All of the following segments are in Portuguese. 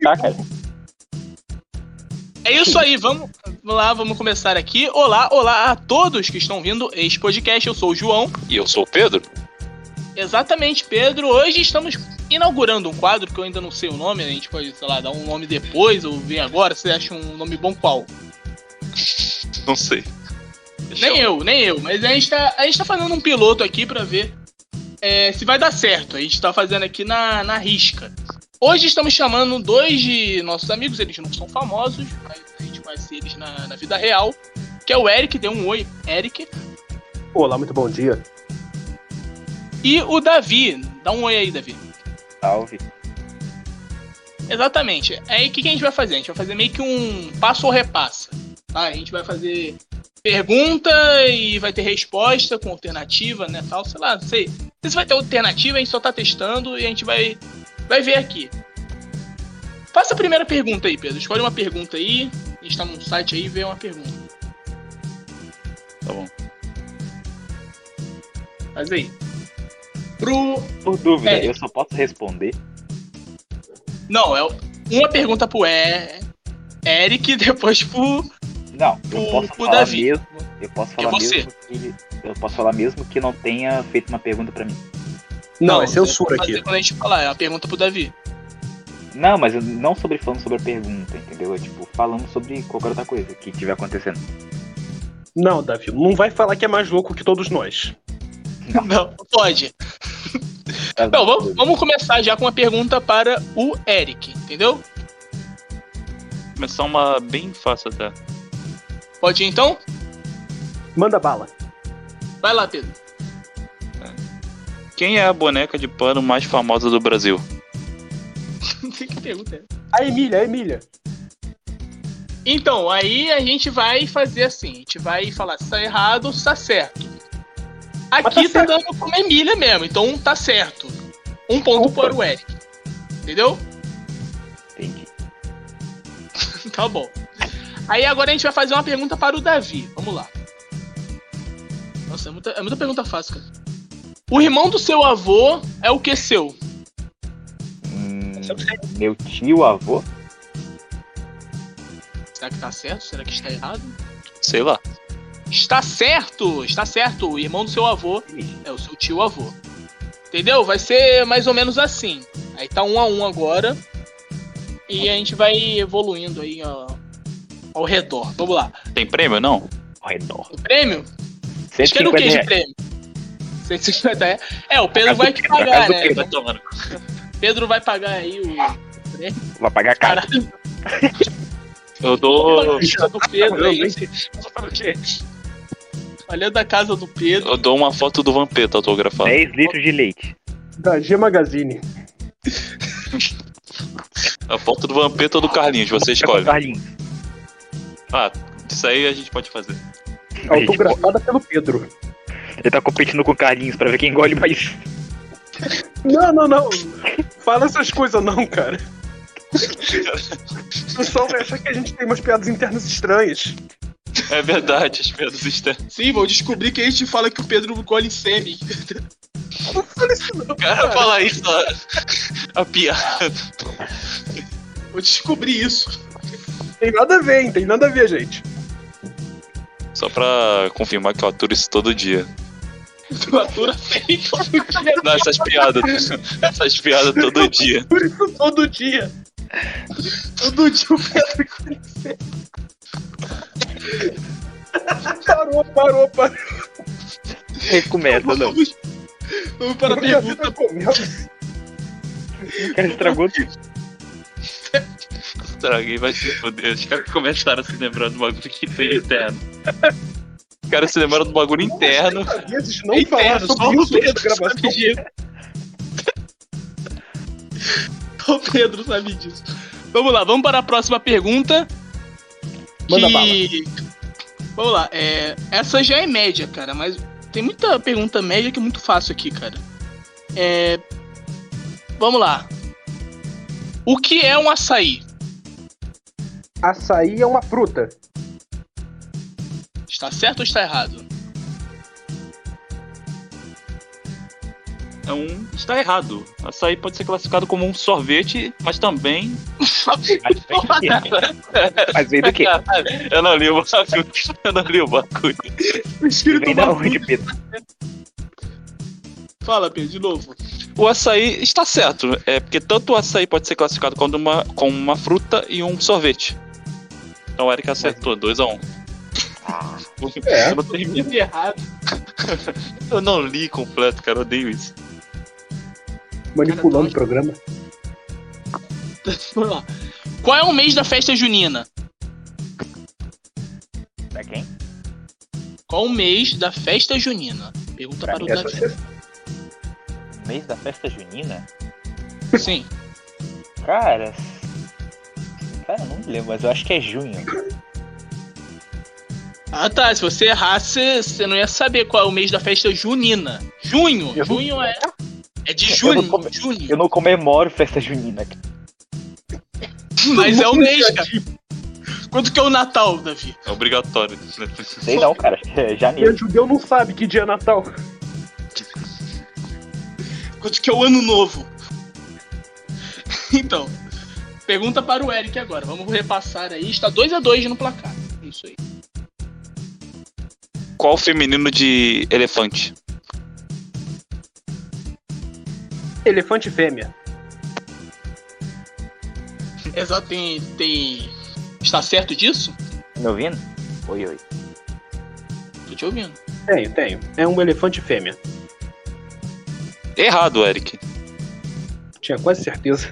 Tá, cara? É isso aí, vamos lá, vamos começar aqui. Olá, olá a todos que estão vindo este podcast. Eu sou o João. E eu sou o Pedro. Exatamente, Pedro. Hoje estamos inaugurando um quadro que eu ainda não sei o nome, né? a gente pode, sei lá, dar um nome depois ou ver agora, você acha um nome bom qual? Não sei. Nem eu, nem eu, mas a gente tá, a gente tá fazendo um piloto aqui pra ver é, se vai dar certo. A gente tá fazendo aqui na, na risca. Hoje estamos chamando dois de nossos amigos, eles não são famosos, mas a gente conhece eles na, na vida real, que é o Eric, deu um oi, Eric, Olá, muito bom dia. e o Davi. Dá um oi aí, Davi. Salve. Exatamente. Aí o que, que a gente vai fazer? A gente vai fazer meio que um passo ou repassa. tá? A gente vai fazer pergunta e vai ter resposta com alternativa, né? Tal, sei lá, não sei. Não sei se vai ter alternativa, a gente só tá testando e a gente vai, vai ver aqui. Faça a primeira pergunta aí, Pedro. Escolhe uma pergunta aí. A gente tá num site aí e vê uma pergunta. Tá bom. Faz aí. Pro. Por dúvida, É. eu só posso responder. Não, é uma pergunta pro e... Eric, depois pro. Não, eu O- posso o falar Davi. mesmo. Eu posso falar você? mesmo que. Eu posso falar mesmo que não tenha feito uma pergunta pra mim. Não, é você vai censura fazer aqui. Quando a gente falar, é uma pergunta pro Davi. Não, mas eu não sobre falando sobre a pergunta, entendeu? É tipo, falando sobre qualquer outra coisa que tiver acontecendo. Não, Davi, não vai falar que é mais louco que todos nós. Não, pode. Não, vamos, vamos começar já com uma pergunta para o Eric, entendeu? Começar uma bem fácil até. Pode ir então? Manda bala. Vai lá, Pedro. Quem é a boneca de pano mais famosa do Brasil? que pergunta é essa? A Emília, a Emília. Então, aí a gente vai fazer assim: a gente vai falar se tá errado ou se tá certo. Aqui Mas tá tá, dando como Emília mesmo, então um tá certo. Um ponto Opa. para o Eric. Entendeu? Entendi. Tá bom. Aí agora a gente vai fazer uma pergunta para o Davi. Vamos lá. Nossa, é muita, é muita pergunta fácil, cara. O irmão do seu avô é o que seu? Hum, É Só pra você- meu tio avô? Será que tá certo? Será que está errado? Sei lá. Está certo! Está certo! O irmão do seu avô é o seu tio avô. Entendeu? Vai ser mais ou menos assim. Aí tá um a um agora. E a gente vai evoluindo aí ó, ao redor. Vamos lá. Tem prêmio, não? Ao redor. O prêmio? Acho que é 150 era o que de reais. prêmio? 150 reais. É, o Pedro Casa vai do que Pedro, pagar, casa do né? Pedro. Vai- Pedro vai pagar aí o prêmio. Vai pagar caro. Caralho, Eu dou. a do Pedro aí. Olhando a casa do Pedro. Eu dou uma foto do Vampeta autografada. 10 litros de leite. Da G Magazine. A foto do Vampeta ou do Carlinhos, você Tá escolhe. Carlinhos. Ah, isso aí a gente pode fazer. Autografada pelo Pedro. Ele tá competindo com o Carlinhos pra ver quem engole mais. Não, não, não. Fala essas coisas não, cara. O pessoal vai achar que a gente tem umas piadas internas estranhas. É verdade, as pedras externas. Sim, vão descobrir que a gente fala que o Pedro engole sêmen. Não fala isso não, O cara fala isso, a, a piada. Vou descobrir isso. Tem nada a ver, hein? Tem nada a ver, gente. Só pra confirmar que eu aturo isso todo dia. Atura feito. Não, essas piadas. Essas piadas todo dia. Por isso todo dia. Todo dia o Pedro Parou, parou, parou. Recomeça, não. Vamos, vamos para a pergunta. O cara estragou tudo. Traguei, vai se foder. Os caras começaram a se lembrar do bagulho que tem interno. Os caras se lembraram do bagulho interno. Às vezes não É falar interno, só sobre o isso na Pedro gravação. sabe disso. Só o Pedro sabe disso. Vamos lá, vamos para a próxima pergunta. Manda que... Vamos lá, é, essa já é média, cara, mas tem muita pergunta média que é muito fácil aqui, cara. É, Vamos lá. O que é um açaí? Açaí é uma fruta. Está certo ou está errado? é um. Está errado. Açaí pode ser classificado como um sorvete, mas também. Mas vem do quê? Mas vem do quê? Eu não li o bagulho. Eu não li o bagulho. Vem da onde, Pedro? Fala, Pedro, de novo. O açaí está certo. É porque tanto o açaí pode ser classificado como uma, como uma fruta e um sorvete. Então o Eric acertou, 2x1. Ah, É. Eu não termino. Tudo errado. Eu não li completo, cara. Eu odeio isso. Manipulando o programa. Vamos lá. Qual é o mês da festa junina? pra quem? Qual o mês da festa junina? Pergunta para o é Essa Davi. Mês da festa junina? Sim. Cara. Cara, não me lembro, mas eu acho que é junho. Ah tá, se você errasse, você não ia saber qual é o mês da festa junina. Junho. Eu não- junho é. É de junho. não come- junho. Eu não comemoro festa junina. cara. Mas é o mês, cara. Quanto que é o Natal, Davi? É obrigatório. Sei não, cara. É E o janeiro. judeu não sabe que dia é Natal. Quanto que é o ano novo? Então, pergunta para o Eric agora. Vamos repassar aí. Está 2 a 2 no placar. Isso aí. Qual o feminino de elefante? Elefante fêmea. Exato, tem, tem. Está certo disso? Tá Me ouvindo? Oi, oi. Tô te ouvindo. Tenho, tenho. É um elefante fêmea. Errado, Eric. Tinha quase certeza.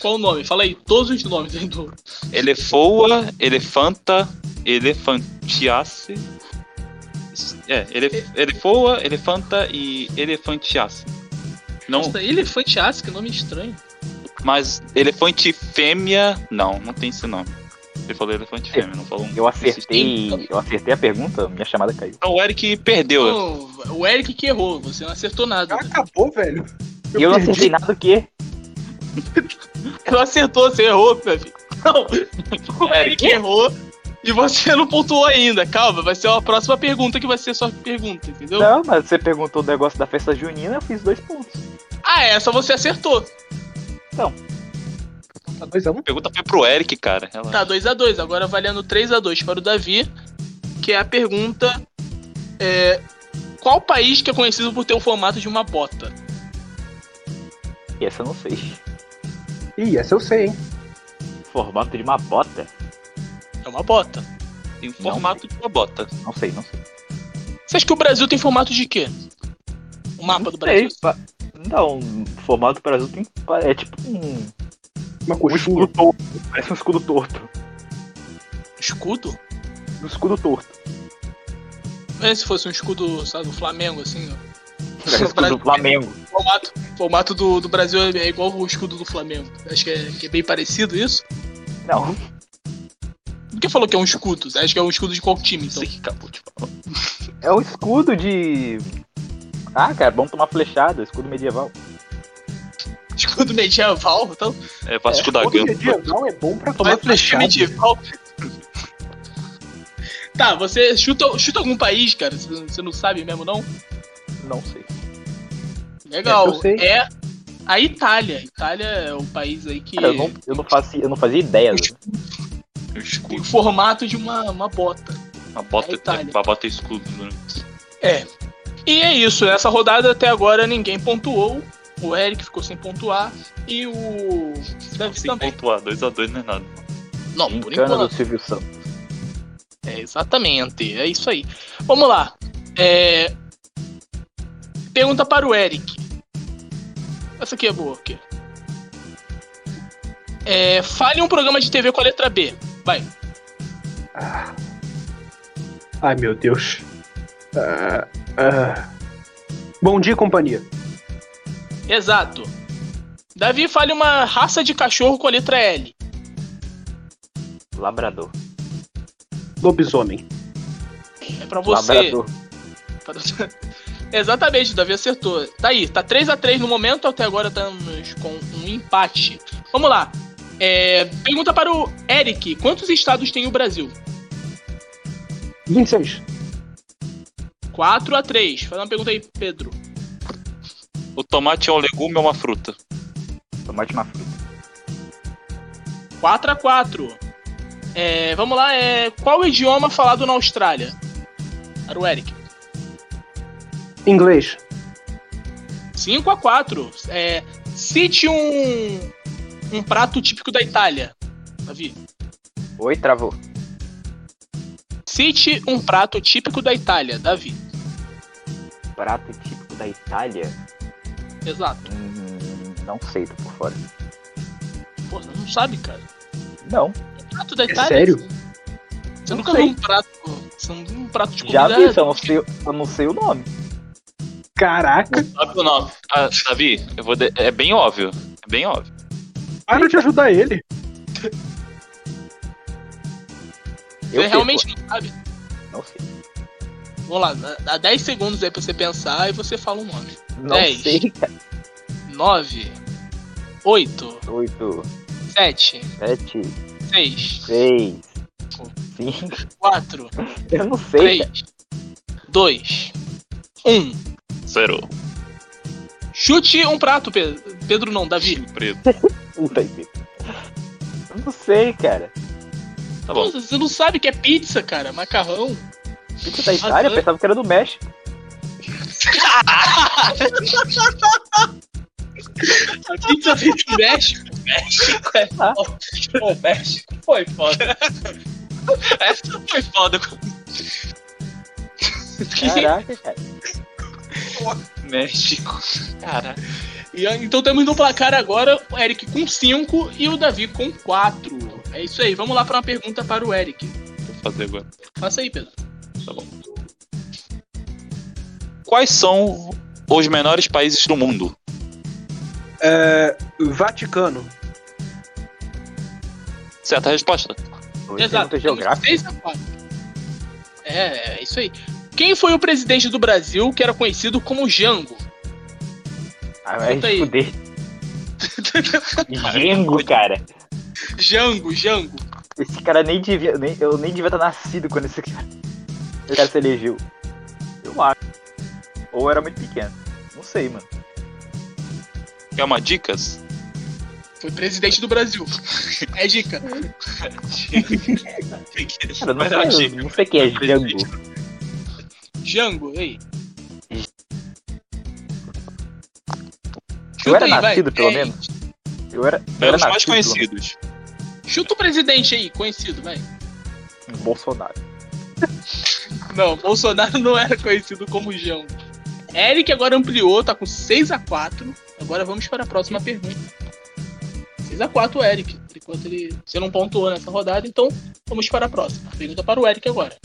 Qual o nome? Fala aí, todos os nomes hein, do. Elefoa, elefanta, elefantiace. É, ele, elefoa, elefanta e elefantiace. Não, Nossa, elefante aço, que nome estranho. mas elefante fêmea. Não, não tem esse nome. Ele falou elefante fêmea, não falou um. Eu acertei. Eu acertei a pergunta, minha chamada caiu. Então o Eric perdeu. Não, o Eric que errou, você não acertou nada. Acabou, velho. E eu não perdi. acertei nada do quê? Não acertou, você errou, Davi. Não, o É, Eric errou e você não pontuou ainda. Calma, vai ser a próxima pergunta que vai ser a sua pergunta, entendeu? Não, mas você perguntou o negócio da festa junina, eu fiz dois pontos. Ah, essa você acertou. Tá 2x1? Pergunta foi pro Eric, cara. Ela- Tá, 2 a 2 agora valendo 3 a 2 para o Davi, que é a pergunta: é, Qual país que é conhecido por ter o formato de uma bota? E essa eu não sei. Ih, essa eu sei, hein? Formato de uma bota? É uma bota. Tem o formato de uma bota. Não sei, não sei. Você acha que o Brasil tem formato de quê? O mapa do Brasil. Sei, pa- Não, formato para azul tem. pa- É tipo um. Uma Um escudo coxinha. torto. Parece um escudo torto. Escudo? Um escudo torto. É, se fosse um escudo, sabe, do Flamengo, assim, ó. Parece um escudo do Flamengo. O formato, o formato do, do Brasil é é igual o escudo do Flamengo. Acho que é, que é bem parecido isso. Não. Por que falou que é um escudo? Acho que é um escudo de qual time, então. Sei que acabou de falar. É um escudo de. Ah, cara, vamos tomar flechada, escudo medieval. Escudo medieval, então. É Vasco da Todo Gama. medieval é bom pra Vai tomar flechada. medieval. Tá, você chuta, chuta algum país, cara? Você você não sabe mesmo, não? Não sei. É, Legal. eu sei. É a Itália. Itália é um país aí que Cara, eu não, eu não, fazia, eu não fazia ideia. né? Um tem o escudo. formato de uma, uma bota. Uma bota, É Itália. uma bota é escudo, né? É. E é isso. Nessa rodada até agora ninguém pontuou. O Eric ficou sem pontuar. E o Davi Sem também. pontuar, 2x2 não é nada. Não, por Gincana enquanto. do Silvio Santos. É, exatamente, é isso aí. Vamos lá. É, Pergunta para o Eric. Essa aqui é boa. Aqui. É, fale um programa de TV com a letra B. Vai. Ai, meu Deus. Ah, ah. Bom dia, companhia. Exato. Davi, fale uma raça de cachorro com a letra L. Labrador. Lobisomem. É pra você. Labrador. Exatamente, o Davi acertou. Tá aí, tá 3 a 3 no momento, até agora estamos com um empate. Vamos lá. É, pergunta para o Eric: quantos estados tem o Brasil? 26. 4 a 3 Faz uma pergunta aí, Pedro. O tomate é um legume ou uma fruta? Tomate e uma fruta. 4x4. É, vamos lá, é, qual o idioma falado na Austrália? Para o Eric. Inglês. 5x4. É, cite um, um prato típico da Itália, Davi. Oi, travou. Cite um prato típico da Itália, Davi. Prato típico da Itália? Exato. Hum, não sei, tô por fora. Pô, você não sabe, cara. Não. Prato da É Itália? sério? Você Não nunca sei. viu um prato. Você não viu um prato de Já comida. vi, só não sei, eu não sei o nome. Caraca. Sabe o nome? Ah, Davi, eu vou de- é bem óbvio. É bem óbvio. Para de ajudar ele. Eu sei, Você realmente não sabe. pô, Não sei. Vamos lá, dá- dá 10 segundos aí pra você pensar e você fala o nome. Não Dez. sei, é cara. 9, 8, 8, 7, 7, 6, 6, Pô. 5. 4, Eu não sei. 3, 2, 1. Zero. Chute um prato, Pedro. Pedro não, Davi. Preto. Puta que Eu não sei, cara. Tá bom. Nossa, você não sabe o que é pizza, cara. Macarrão. Pizza da tá Itália? Maçã. Eu pensava que era do México. Pizza feita no México. México é Ah. foda. Pô, México foi foda. Essa foi foda. Caraca, cara. México. Cara. E, ah, então temos no placar agora o Eric com 5 e o Davi com 4. É isso aí, vamos lá para uma pergunta para o Eric. Vou fazer agora. Tá Faça aí, Pedro. Quais são os menores países do mundo? É, Vaticano. Certa resposta. Hoje tem muito geográfico. Seis a quatro. É, é isso aí. Quem foi o presidente do Brasil que era conhecido como Jango? Ah, vai Conta aí. fuder. Gengo, cara. Jango, Jango. Esse cara nem devia. nem- eu nem devia estar nascido quando esse cara. Esse cara se elegeu. Eu acho. Ou era muito pequeno. Não sei, mano. Quer uma dicas? Foi presidente do Brasil. É dica. Cara, eu não, Mas era sei, antigo. não sei quem é Jango. Jango, ei. Eu era Chuta aí, vai. nascido, pelo Dez. menos. Eu era. Eu Eram era os mais nascido. conhecidos. Chuta o presidente aí, conhecido, vai. pelo menos. Bolsonaro. Não, Bolsonaro não era conhecido como Jango. Eric agora ampliou, tá com 6 a 4 Agora vamos para a próxima pergunta. 6 a 4 o Eric. Por enquanto ele, você não pontuou nessa rodada, então vamos para a próxima. Pergunta para o Eric agora.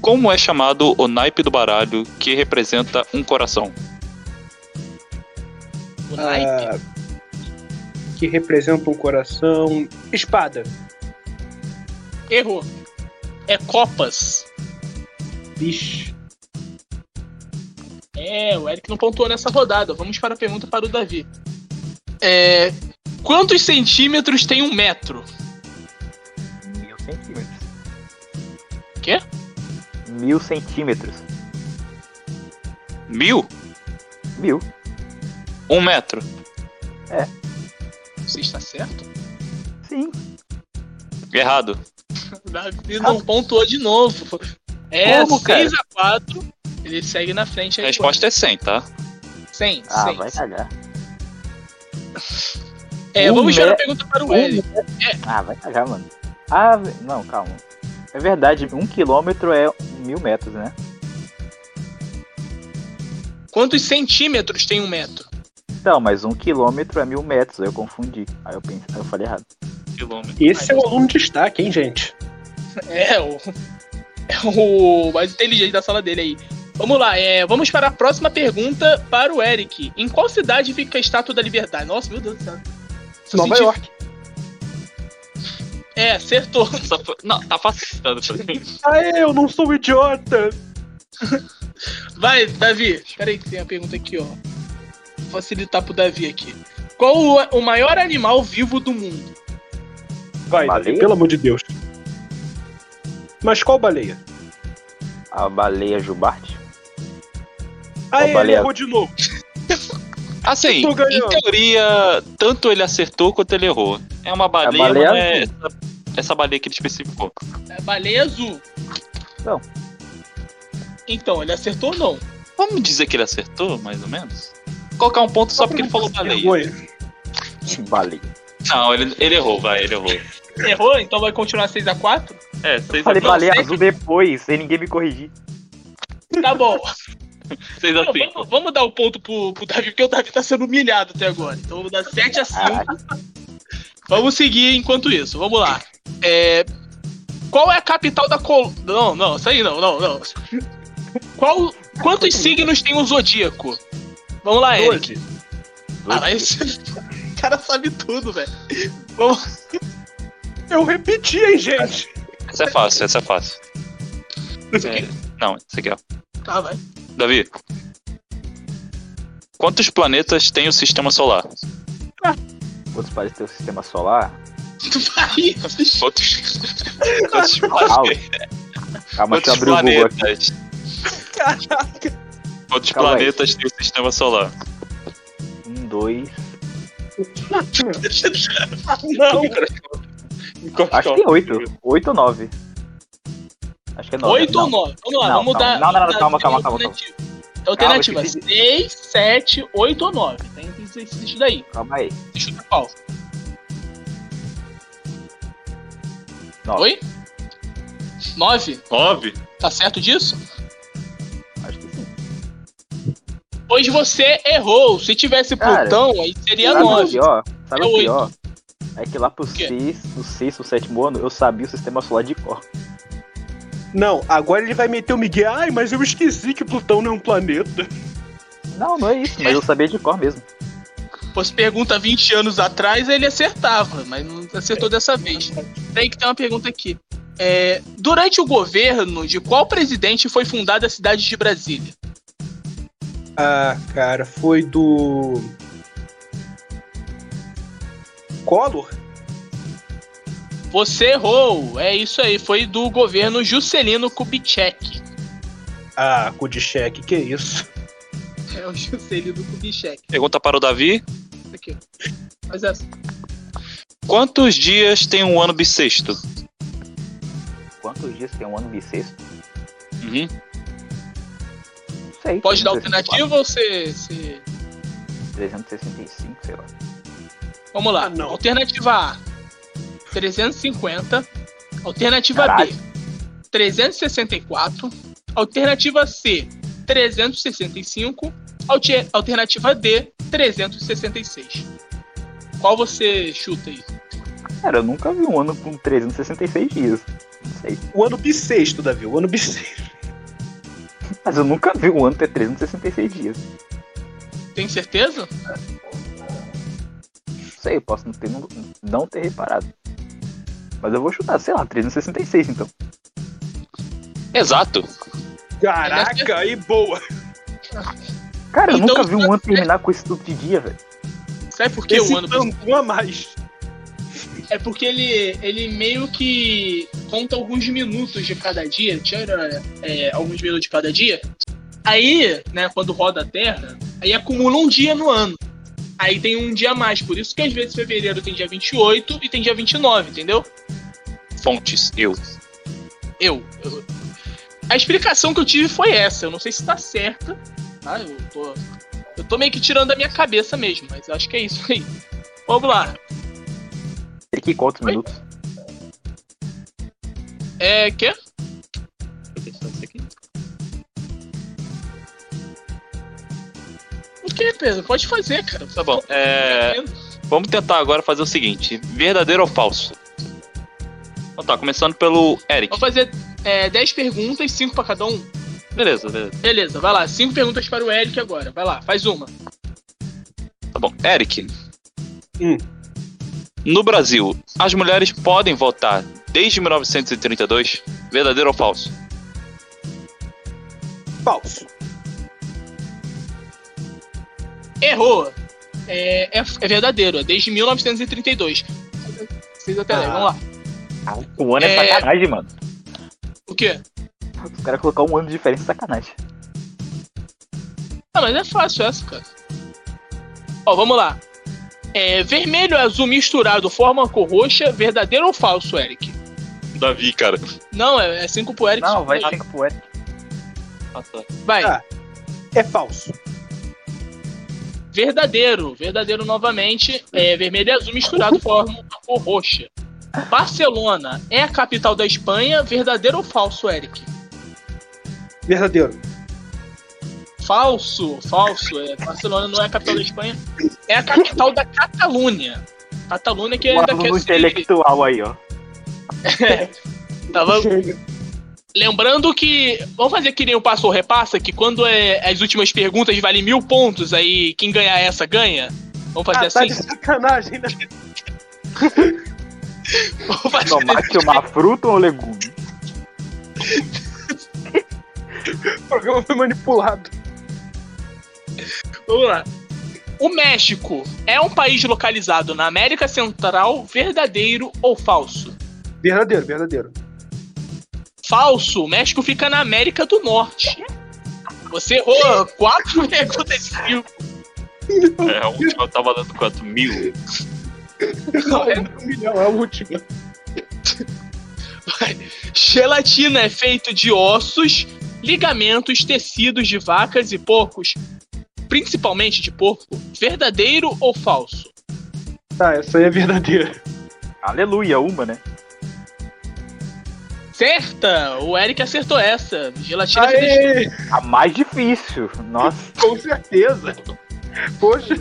Como é chamado o naipe do baralho que representa um coração? O naipe. Ah, que representa um coração. Espada. Errou. É Copas. Vixe. É, o Eric não pontuou nessa rodada. Vamos para a pergunta para o Davi. É, quantos centímetros tem um metro? Mil centímetros. Quê? Mil centímetros. Mil? Mil. Um metro. Você está certo? Sim. Errado. Davi não pontuou de novo. É Como, cara? 6 a 4 Ele segue na frente A aí. resposta é 100, tá? 100, Ah, 100. vai cagar. É, Um vamos gerar a met- pergunta para o Um Eric. Ah, vai cagar, mano. Ah, ve- não, calma. É verdade, um quilômetro é mil metros, né? Quantos centímetros tem um metro? Não, mas um quilômetro é mil metros, aí eu confundi. Aí eu pensei, aí eu falei errado. Quilômetro. Esse é o aluno de destaque, hein, gente? É o, é o mais inteligente da sala dele aí. Vamos lá, é, vamos para a próxima pergunta para o Eric. Em qual cidade fica a Estátua da Liberdade? Nossa, meu Deus do céu. Se eu Nova sentir- York. É, acertou. Essa foi- Não, tá facilitando pra mim. Ah, eu não sou idiota. Vai, Davi. Espera aí que tem uma pergunta aqui, ó. Vou facilitar pro Davi aqui. Qual o, o maior animal vivo do mundo? Vai, Baleia? Davi, pelo amor de Deus. Mas qual baleia? A baleia jubarte? Aí ele baleia. errou de novo. Assim, Tu ganhou. em teoria, tanto ele acertou quanto ele errou. É uma baleia, baleia não é essa, essa baleia que ele especificou. É baleia azul. Não. Então, ele acertou ou não? Vamos dizer que ele acertou, mais ou menos? Colocar um ponto só porque ele falou baleia. Vergonha. Baleia. Não, ele, ele errou, vai, ele errou. Errou? Então vai continuar 6x4? É, vocês Falei a baleia sei. azul depois, sem ninguém me corrigir. Tá bom. 6 Não, a 5. vamos, vamos dar o ponto pro, pro Davi, porque o Davi tá sendo humilhado até agora. Então vamos dar 7 a 5. Caralho. Vamos seguir enquanto isso. Vamos lá. É, Qual é a capital da Col... Não, não, isso aí não, não, não. Qual... Quantos signos tem o Zodíaco? Vamos É, lá, Eric. Doze. Caralho, esse- o cara sabe tudo, velho. Eu repeti, hein, gente. Essa é fácil, essa é fácil. É, não, isso aqui, ó. Tá, vai. Davi. Quantos planetas tem o sistema solar? Quantos países tem o sistema solar? Aí, Quantos, quantos planetas? Calma, deixa eu Quantos abrir é o Google aqui. planetas? Quantos Calma aí. planetas tem o sistema solar? Um, dois. não. Acho que tem oito. Oito ou nove. Acho que é nove. 8 não. ou 9? Vamos lá, Não, vamos calma. mudar. Não, não, não, mudar calma, de calma, calma, alternativa. Alternativa: Calma, eu 6, 7, 8 ou 9. Tem que ser isso daí. Calma aí. Você chuta qual? Nove. Oi? 9? Nove? Tá certo disso? Acho que sim. Pois você errou. Se tivesse Cara, Plutão, aí seria Sabe o 9. pior? Sabe É o oito. pior? É que lá pro quê? sexto, no sexto, sétimo ano, eu sabia o sistema solar de cor. Não, agora ele vai meter o Miguel. Ai, mas eu esqueci que Plutão não é um planeta. Não, não é isso, mas eu sabia de cor mesmo. Você pergunta 20 anos atrás, ele acertava, mas não acertou dessa vez. Tem que ter uma pergunta aqui. É, durante o governo de qual presidente foi fundada a cidade de Brasília? Ah, cara, foi do. Collor? Você errou. É isso aí. Foi do governo Juscelino Kubitschek. Ah, Kudchek, que isso? É o Juscelino Kubitschek. Pergunta para o Davi. Isso aqui. Mas é assim. Quantos dias tem um ano bissexto? Quantos dias tem um ano bissexto? Uhum. Não sei. Pode dar 364, alternativa ou você. você- 365, sei lá. Vamos lá. Ah, não. Alternativa A: 350. Alternativa Caralho. B: 364. Alternativa C: 365. Alter- Alternativa D: 366. Qual você chuta aí? Cara, eu nunca vi um ano com 366 dias. Não sei. O ano bissexto, Davi, o ano bissexto. Mas eu nunca vi um ano ter 366 dias. Tem certeza? Não sei, eu posso não ter, não, não ter reparado. Mas eu vou chutar, sei lá, 366 então. Exato. Caraca, e boa. Cara, eu Então, nunca vi um ano terminar com esse tudo de dia, velho. Sabe por que Esse o ano do tampão a mais. É porque ele, ele meio que conta alguns minutos de cada dia, tira é, alguns minutos de cada dia. Aí, né, quando roda a Terra, aí acumula um dia no ano. Aí tem um dia a mais, por isso que às vezes fevereiro tem dia 28 e tem dia 29, entendeu? Fontes, eu. Eu. eu- A explicação que eu tive foi essa. Eu não sei se tá certa. Tá? Eu tô. Eu tô meio que tirando da minha cabeça mesmo, mas eu acho que é isso aí. Vamos lá. Tem que ir quantos Oi? minutos? É. Quê? O que, Pedro? Pode fazer, cara. Tá bom. É, vamos tentar agora fazer o seguinte: verdadeiro ou falso? Então tá, começando pelo Eric. Vamos fazer é, 10 perguntas, 5 pra cada um. Beleza, beleza. Beleza, vai lá. 5 perguntas para o Eric agora. Vai lá, faz uma. Tá bom. Eric. Hum. No Brasil, as mulheres podem votar desde 1932? Verdadeiro ou falso? Falso. Errou. É, é, é verdadeiro, é desde 1932. Vocês até lembram, vamos lá. Ah, um ano é, É. sacanagem, mano. O quê? Os caras colocar um ano de diferença é sacanagem. Ah, mas é fácil essa, cara. Ó, vamos lá. É, vermelho e azul misturado forma cor roxa, verdadeiro ou falso, Eric? Davi, cara. Não, é, é cinco pro Eric. Não, só vai é. dois. 5 pro Eric. Ah, tá. Vai. Ah. É falso. Verdadeiro, verdadeiro novamente. É, vermelho e azul misturado forma uma cor roxa. Barcelona é a capital da Espanha, verdadeiro ou falso, Eric? Verdadeiro. Falso, falso. É, Barcelona não é a capital da Espanha, é a capital da Catalunha. Catalunha que é Um daquele- aluno intelectual aí, ó. Tava Lembrando que. Vamos fazer que nem o passo ou repassa, que quando é as últimas perguntas vale mil pontos, aí quem ganhar essa ganha. Vamos fazer Ah, tá de assim? sacanagem, né? Vamos fazer Tomate é uma fruta ou um legume? O programa foi manipulado. Vamos lá. O México é um país localizado na América Central, verdadeiro ou falso? Verdadeiro, verdadeiro. Falso, o México fica na América do Norte. Você errou quatro perguntas seguidas. É, a última eu tava dando 4 mil. Ai, não, milhão, é a última. Gelatina é feito de ossos, ligamentos, tecidos de vacas e porcos, principalmente de porco. Verdadeiro ou falso? Tá, essa aí é verdadeira. Aleluia, uma, né? Certa! O Eric acertou essa. Gelatina é feita de Aê, A Tá mais difícil. Nossa. com certeza. Poxa,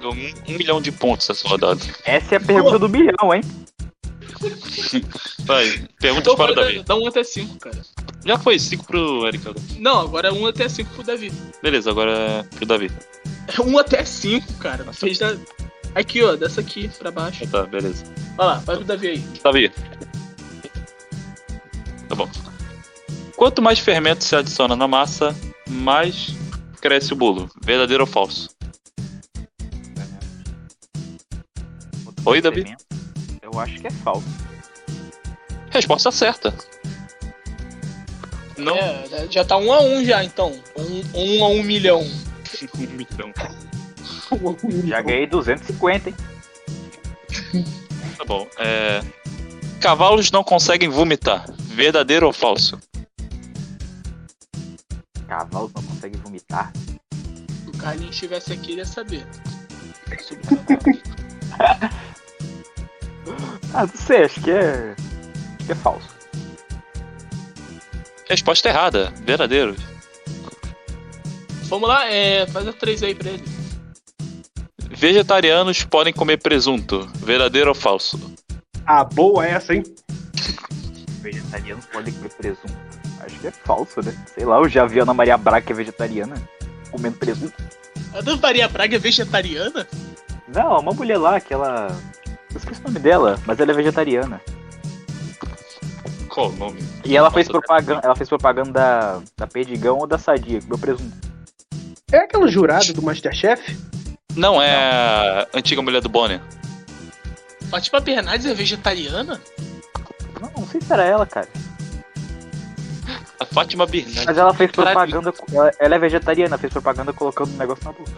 Deu Um, um milhão de pontos essa rodada. Essa é a pergunta do milhão, hein? Vai, perguntas Então para o foi Davi. da, dá um até cinco, cara. né? Já foi 5 pro Eric. agora. Não, agora é um até cinco pro Davi. Beleza, agora é pro Davi. É um até cinco, cara. Não fez da... É. Aqui, ó, dessa aqui pra baixo. Ah, Tá, beleza. Olha lá, vai pro Davi aí. Davi. Tá bom. Quanto mais fermento se adiciona na massa, mais cresce o bolo. Verdadeiro ou falso? Oi, Davi. Eu acho que é falso. Resposta certa. Não. É, já tá um a um já, então. Um, um a um milhão. Um milhão. Um Já ganhei 250, hein? Tá bom. É... Cavalos não conseguem vomitar. Verdadeiro ou falso? Cavalo não consegue vomitar. Se o Carlinhos estivesse aqui, ele ia saber. Ah, não sei, acho que é. Acho que é falso. Resposta errada. Verdadeiro. Vamos lá, é, faz a três aí pra ele. Vegetarianos podem comer presunto. Verdadeiro ou falso? Ah, boa essa, hein? Vegetarianos podem comer presunto. Acho que é falso, né? Sei lá, eu já vi a Ana Maria Braga que é vegetariana comendo presunto. A Dona Maria Braga é vegetariana? Não, uma mulher lá, aquela. Eu esqueci o nome dela, mas ela é vegetariana. Qual o nome? E ela fez propaganda, ela fez propaganda da, da Perdigão ou da Sadia, comeu presunto. É aquela jurada do Masterchef? Não, é a antiga mulher do Bonner. Fátima Bernardes é vegetariana? Não, não sei se era ela, cara. A Fátima Bernardes. Mas ela fez Caralho. propaganda. co- Ela, ela é vegetariana, fez propaganda colocando um negócio na boca.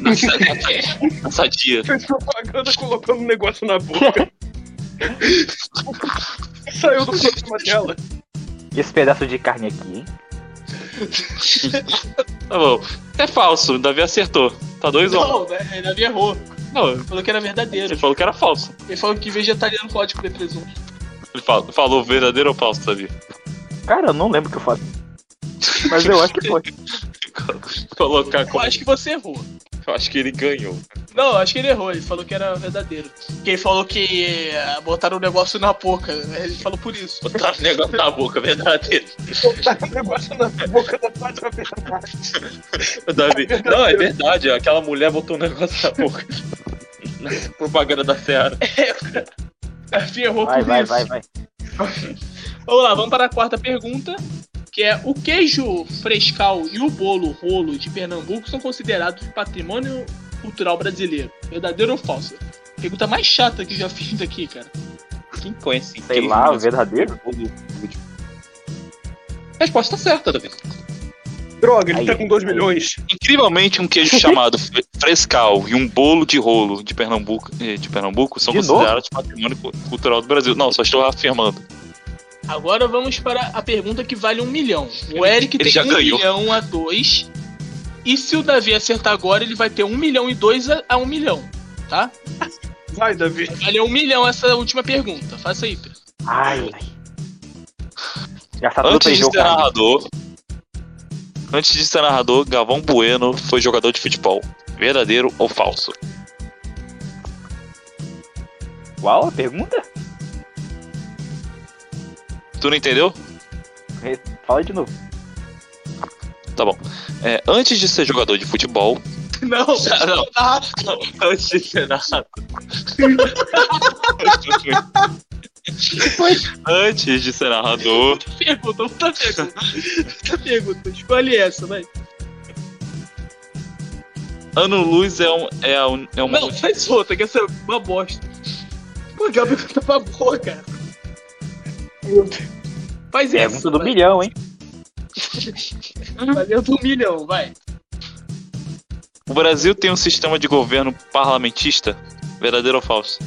Na sa- na sadia. Fez propaganda colocando um negócio na boca. Saiu do programa dela. E esse pedaço de carne aqui, hein? Tá bom. É falso. O Davi acertou. Tá 2 x Um. Não, né? Davi errou. Não, Falou que era ele verdadeiro. falou que era falso. Ele falou que vegetariano pode comer presunto. Ele falou, falou verdadeiro ou falso, Davi? Cara, eu não lembro o que eu falei. Mas eu acho que foi. Colocar Eu como. acho que você errou. Eu acho que ele ganhou. Não, eu acho que ele errou. Ele falou que era verdadeiro. Porque ele falou que eh, botaram o negócio na boca. Ele falou por isso. Botaram o negócio na boca, é verdadeiro. Botaram um negócio na boca da Fátima Bernardes. O Davi. Não, é verdade. Aquela mulher botou um negócio na boca. Na propaganda da Seara. Davi errou Vai, por vai, isso. vai, vai. Vamos lá, vamos para a quarta pergunta, que é o queijo frescal e o bolo rolo de Pernambuco são considerados patrimônio cultural brasileiro. Verdadeiro ou falso? Pergunta mais chata que eu já fiz aqui, cara. Quem conhece? Sei quem lá, conhece? verdadeiro? tá né? Resposta certa, Davi. Droga, ele Aí, tá com 2 aí. milhões. Incrivelmente, um queijo chamado fre- frescal e um bolo de rolo de Pernambuco, eh, de Pernambuco são De novo? considerados patrimônio cu- cultural do Brasil. Não, só estou afirmando. Agora vamos para a pergunta que vale um milhão. O Eric Ele tem já um ganhou. milhão a dois. E se o Davi acertar agora, ele vai ter um milhão e dois a, a um milhão, tá? Vai, Davi. Valeu um milhão essa última pergunta. Faça aí, Pedro. Ai, ai. Gastar tudo Tá pra Antes de jogo, ser cara. narrador, antes de ser narrador, Gavão Bueno foi jogador de futebol. Verdadeiro ou falso? Qual a pergunta? Tu não entendeu? Re- Fala de novo. Tá bom. É, antes de ser jogador de futebol, Não, não. tá. antes de ser narrador. antes de ser narrador, Pergunta, outra pergunta. Outra pergunta. Escolhe essa, vai. Ano Luz é, um, é, a un- é uma. Não, faz outra, que essa é uma bosta. Pô, aquela pergunta tá boa, cara. Faz essa. Pergunta do vai. milhão, hein? Valeu do milhão, vai. O Brasil tem um sistema de governo parlamentista? Verdadeiro ou falso?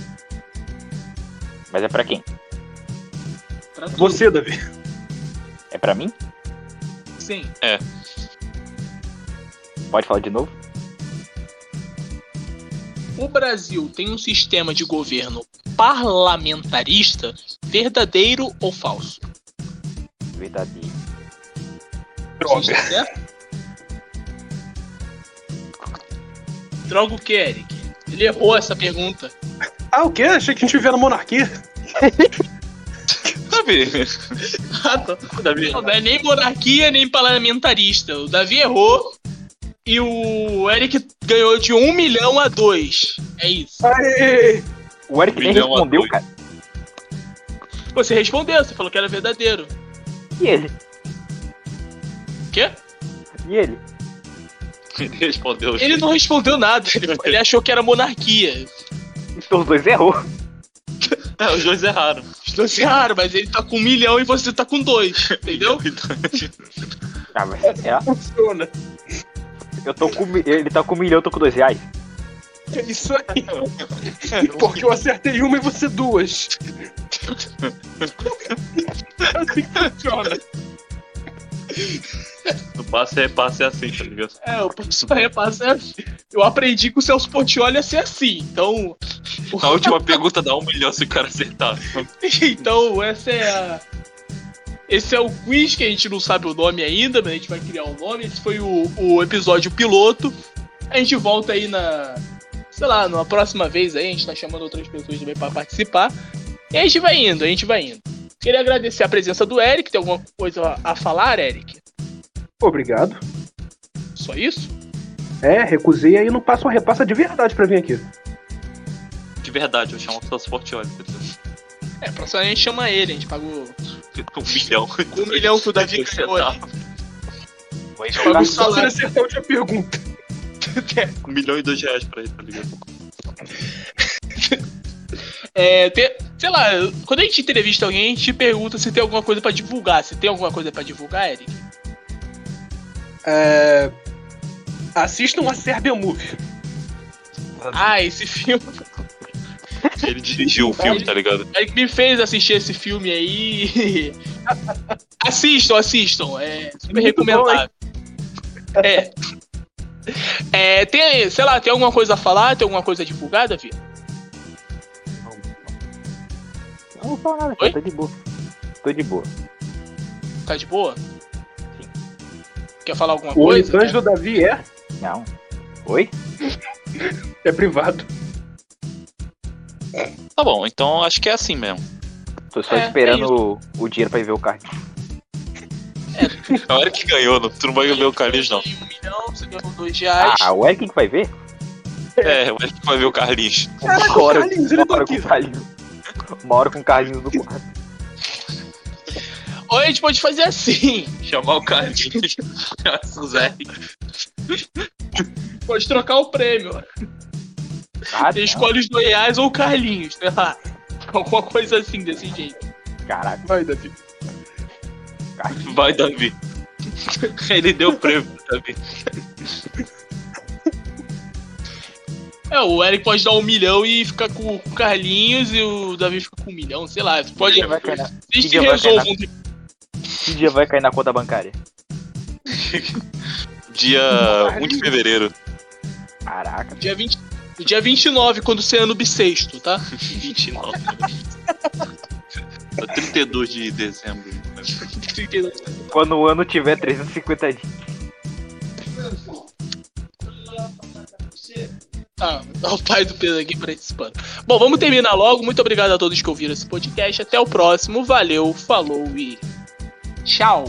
Mas é pra quem? Pra tu. Você, Davi. É pra mim? Sim. Pode falar de novo? O Brasil tem um sistema de governo parlamentarista verdadeiro ou falso? Verdadeiro. Vocês estão certo? Droga o que, Eric? Ele errou essa pergunta. Ah, o quê? Achei que a gente vivia na monarquia. Sabe? Ah, tá. Não, não é nem monarquia, nem parlamentarista. O Davi errou e o Eric ganhou de 1 milhão a 2. É isso. Aê! O Eric nem Milhão a respondeu, dois. cara. Você respondeu, você falou que era verdadeiro. E ele? Quê? E ele? Ele respondeu. Ele não respondeu nada. Ele, ele achou que era monarquia. Então os dois errou. É, os dois erraram. Estou assim, ah, mas ele tá com um milhão e você tá com dois. Entendeu? Ah, mas é, Funciona. eu tô com, mi- ele tá com um milhão, eu tô com dois reais. É isso aí. Porque eu acertei uma e você duas. assim que funciona. O passe é passe é assim, tá ligado? É, o professor repassa é assim. Eu aprendi com o Celso Portioli a ser assim. Então, A última pergunta dá um milhão se o cara acertar. então essa é a. Esse é o quiz que a gente não sabe o nome ainda, mas a gente vai criar o nome. Esse foi o, o episódio piloto. A gente volta aí na. Sei lá, numa próxima vez aí, a gente tá chamando outras pessoas também pra participar. E a gente vai indo, a gente vai indo. Queria agradecer a presença do Eric. Tem alguma coisa a falar, Eric? Obrigado. Só isso? É, recusei aí não passa uma repassa de verdade pra vir aqui. De verdade, eu chamo o Celso Portioli. tá ligado? É, próxima vez a gente chama ele, a gente pagou Um milhão. um milhão que o Davi Dois ganhou. centavos. Paga o Se você salário. acertar, eu te pergunta. Um milhão e dois reais pra ele, tá ligado? É, tem- sei lá, quando a gente entrevista alguém, a gente pergunta se tem alguma coisa pra divulgar. Você tem alguma coisa pra divulgar, Eric? É... Assistam a Serbia um Movie. Ah, esse filme. Ele dirigiu o filme, tá ligado? Eric me fez assistir esse filme aí. assistam, assistam. É super Muito bom, recomendável. É. É, tem, sei lá, tem alguma coisa a falar? Tem alguma coisa a divulgar, Davi? Eu não falo nada, Oi? cara, tô de boa. Tô de boa. Tá de boa? Quer falar alguma O coisa? né? OnlyFans do Davi é, Não. Oi? é privado. Tá bom, então acho que é assim mesmo. Tô só É, esperando o- o, dinheiro pra ir ver o card. É A hora que ganhou, não- tu não vai ver o Carlinhos, não. Um milhão, você ganhou dois reais. Ah, o Eric que vai ver? É, o Eric vai ver o Carlinhos. Caraca, o Carlinhos, ele uma hora tá com aqui. o Carlinhos. Uma hora com o Carlinhos no quarto. Ou a gente pode fazer assim. Chamar o Carlinhos. Nossa, o Zé. Pode trocar o prêmio. Ah, Você não, escolhe os Goiás ou o Carlinhos, sei lá. Alguma coisa assim desse jeito. caraca, Vai, Davi. Carlinhos. Vai, Davi. Ele deu o prêmio também. É, o Eric pode dar um milhão e ficar com o Carlinhos e o Davi fica com um milhão, sei lá. Pode. Ele vai cair na- Vocês se Ele vai resolvam. de- Que dia vai cair na conta bancária? Dia 1 de fevereiro. Caraca. Dia 20. no Dia 29, quando você é ano bissexto, tá? 29. É 32 de dezembro. 32. Quando o ano tiver 350 dias. Ah, tá o pai do Pedro aqui participando. Bom, vamos terminar logo. Muito obrigado a todos que ouviram esse podcast. Até o próximo. Valeu, falou e tchau.